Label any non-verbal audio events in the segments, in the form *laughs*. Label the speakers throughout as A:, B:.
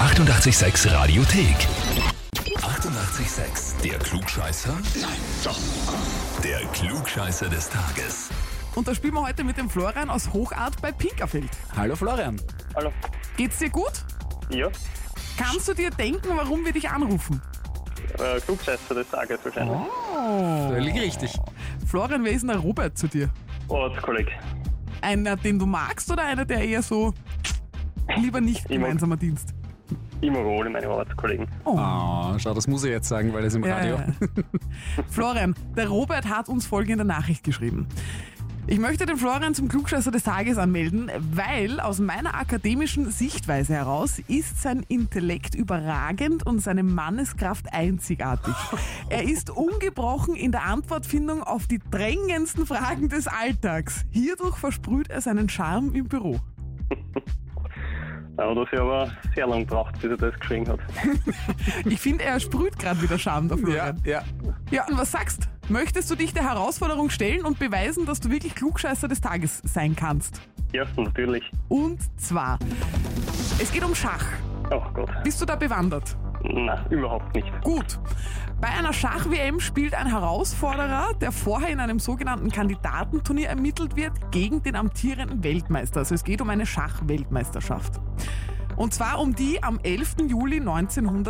A: 886 Radiothek. 88,6. Der Klugscheißer? Nein, doch. Der Klugscheißer des Tages.
B: Und da spielen wir heute mit dem Florian aus Hochart bei Pinkerfeld.
C: Hallo Florian.
D: Hallo.
B: Geht's dir gut?
D: Ja,
B: Kannst du dir denken, warum wir dich anrufen?
D: äh, Klugscheißer des Tages wahrscheinlich.
B: Oh.
C: Völlig richtig.
B: Florian, wer ist denn der Robert zu dir?
D: Ortskolleg.
B: Einer, den du magst oder einer, der eher so lieber nicht
D: Ich mag-
B: gemeinsamer Dienst?
D: Immer wohl meine Ortskollegen.
C: Oh, schau, das muss ich jetzt sagen, weil das im
B: Ja,
C: Radio.
B: ja, ja. Florian, der Robert hat uns folgende Nachricht geschrieben. Ich möchte den Florian zum Klugscheißer des Tages anmelden, weil aus meiner akademischen Sichtweise heraus ist sein Intellekt überragend und seine Manneskraft einzigartig. Er ist ungebrochen in der Antwortfindung auf die drängendsten Fragen des Alltags. Hierdurch versprüht er seinen Charme im Büro.
D: Ja, dafür aber sehr lang braucht, bis er das geschrieben hat.
B: Ich finde, er sprüht gerade wieder Charme der Florian.
C: *laughs* ja.
B: Ja, und was sagst? Möchtest du dich der Herausforderung stellen und beweisen, dass du wirklich Klugscheißer des Tages sein kannst?
D: Ja, natürlich.
B: Und zwar, es geht um Schach.
D: Oh Gott.
B: Bist du da bewandert?
D: Na, überhaupt nicht.
B: Gut. Bei einer Schach-WM spielt ein Herausforderer, der vorher in einem sogenannten Kandidatenturnier ermittelt wird, gegen den amtierenden Weltmeister. Also es geht um eine Schachweltmeisterschaft. Und zwar um die am 11. Juli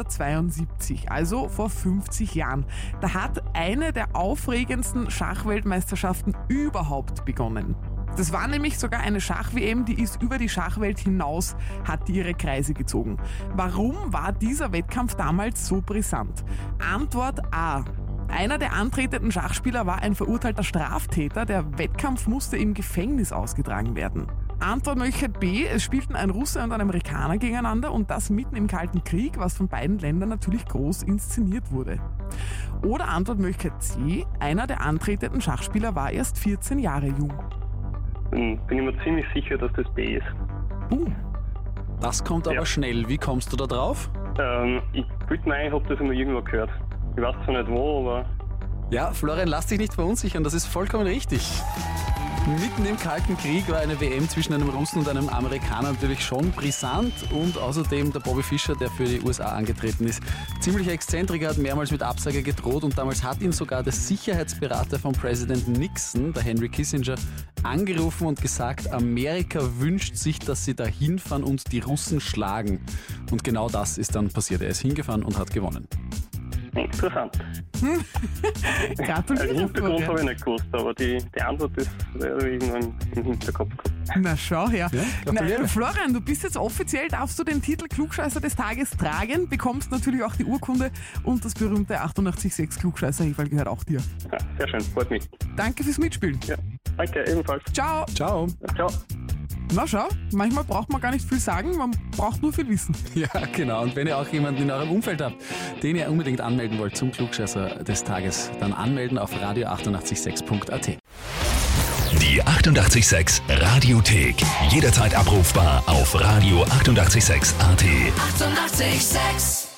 B: 1972, also vor 50 Jahren. Da hat eine der aufregendsten Schachweltmeisterschaften überhaupt begonnen. Das war nämlich sogar eine Schach-WM, die ist über die Schachwelt hinaus, hat die ihre Kreise gezogen. Warum war dieser Wettkampf damals so brisant? Antwort A. Einer der antretenden Schachspieler war ein verurteilter Straftäter. Der Wettkampf musste im Gefängnis ausgetragen werden. Antwort Möglichkeit B. Es spielten ein Russe und ein Amerikaner gegeneinander und das mitten im Kalten Krieg, was von beiden Ländern natürlich groß inszeniert wurde. Oder Antwort Möglichkeit C. Einer der antretenden Schachspieler war erst 14 Jahre jung.
D: Hm, Bin bin ich mir ziemlich sicher, dass das B ist.
B: Uh,
C: Das kommt aber
D: Ja.
C: schnell. Wie kommst du da drauf?
D: Ähm, ich würde mir eigentlich, ob das immer irgendwo gehört. Ich weiß zwar nicht wo, aber
C: Ja, Florian, lass dich nicht verunsichern, das ist vollkommen richtig. Mitten im Kalten Krieg war eine WM zwischen einem Russen und einem Amerikaner natürlich schon brisant und außerdem der Bobby Fischer, der für die USA angetreten ist. Ziemlicher Exzentriker hat mehrmals mit Absage gedroht und damals hat ihn sogar der Sicherheitsberater von Präsident Nixon, der Henry Kissinger, angerufen und gesagt, Amerika wünscht sich, dass sie da hinfahren und die Russen schlagen. Und genau das ist dann passiert. Er ist hingefahren und hat gewonnen.
D: interessant. Also den
B: gratuliere,
D: Hintergrund habe
B: Florian.
D: ich nicht gewusst, aber die, die Antwort ist äh, irgendwo im im Hinterkopf. gehabt.
B: Na, schau her.
C: Ja, gratuliere.
B: Na, Florian, du bist jetzt offiziell, darfst du den Titel Klugscheißer des Tages tragen, bekommst natürlich auch die Urkunde und das berühmte 886 klugscheißer -Heferl gehört auch dir.
D: Ja, sehr schön, freut mich.
B: Danke fürs Mitspielen.
D: Ja. Danke, ebenfalls.
B: Ciao.
C: Ciao.
D: Ciao.
B: Na schau, manchmal braucht man gar nicht viel sagen, man braucht nur viel Wissen.
C: *laughs* Ja, genau. Und wenn ihr auch jemanden in eurem Umfeld habt, den ihr unbedingt anmelden wollt zum Klugscheißer des Tages, dann anmelden auf radio886.at.
A: Die 88,6 Radiothek. Jederzeit abrufbar auf radio886.at. 88,6.
E: Eighty-eight, sex.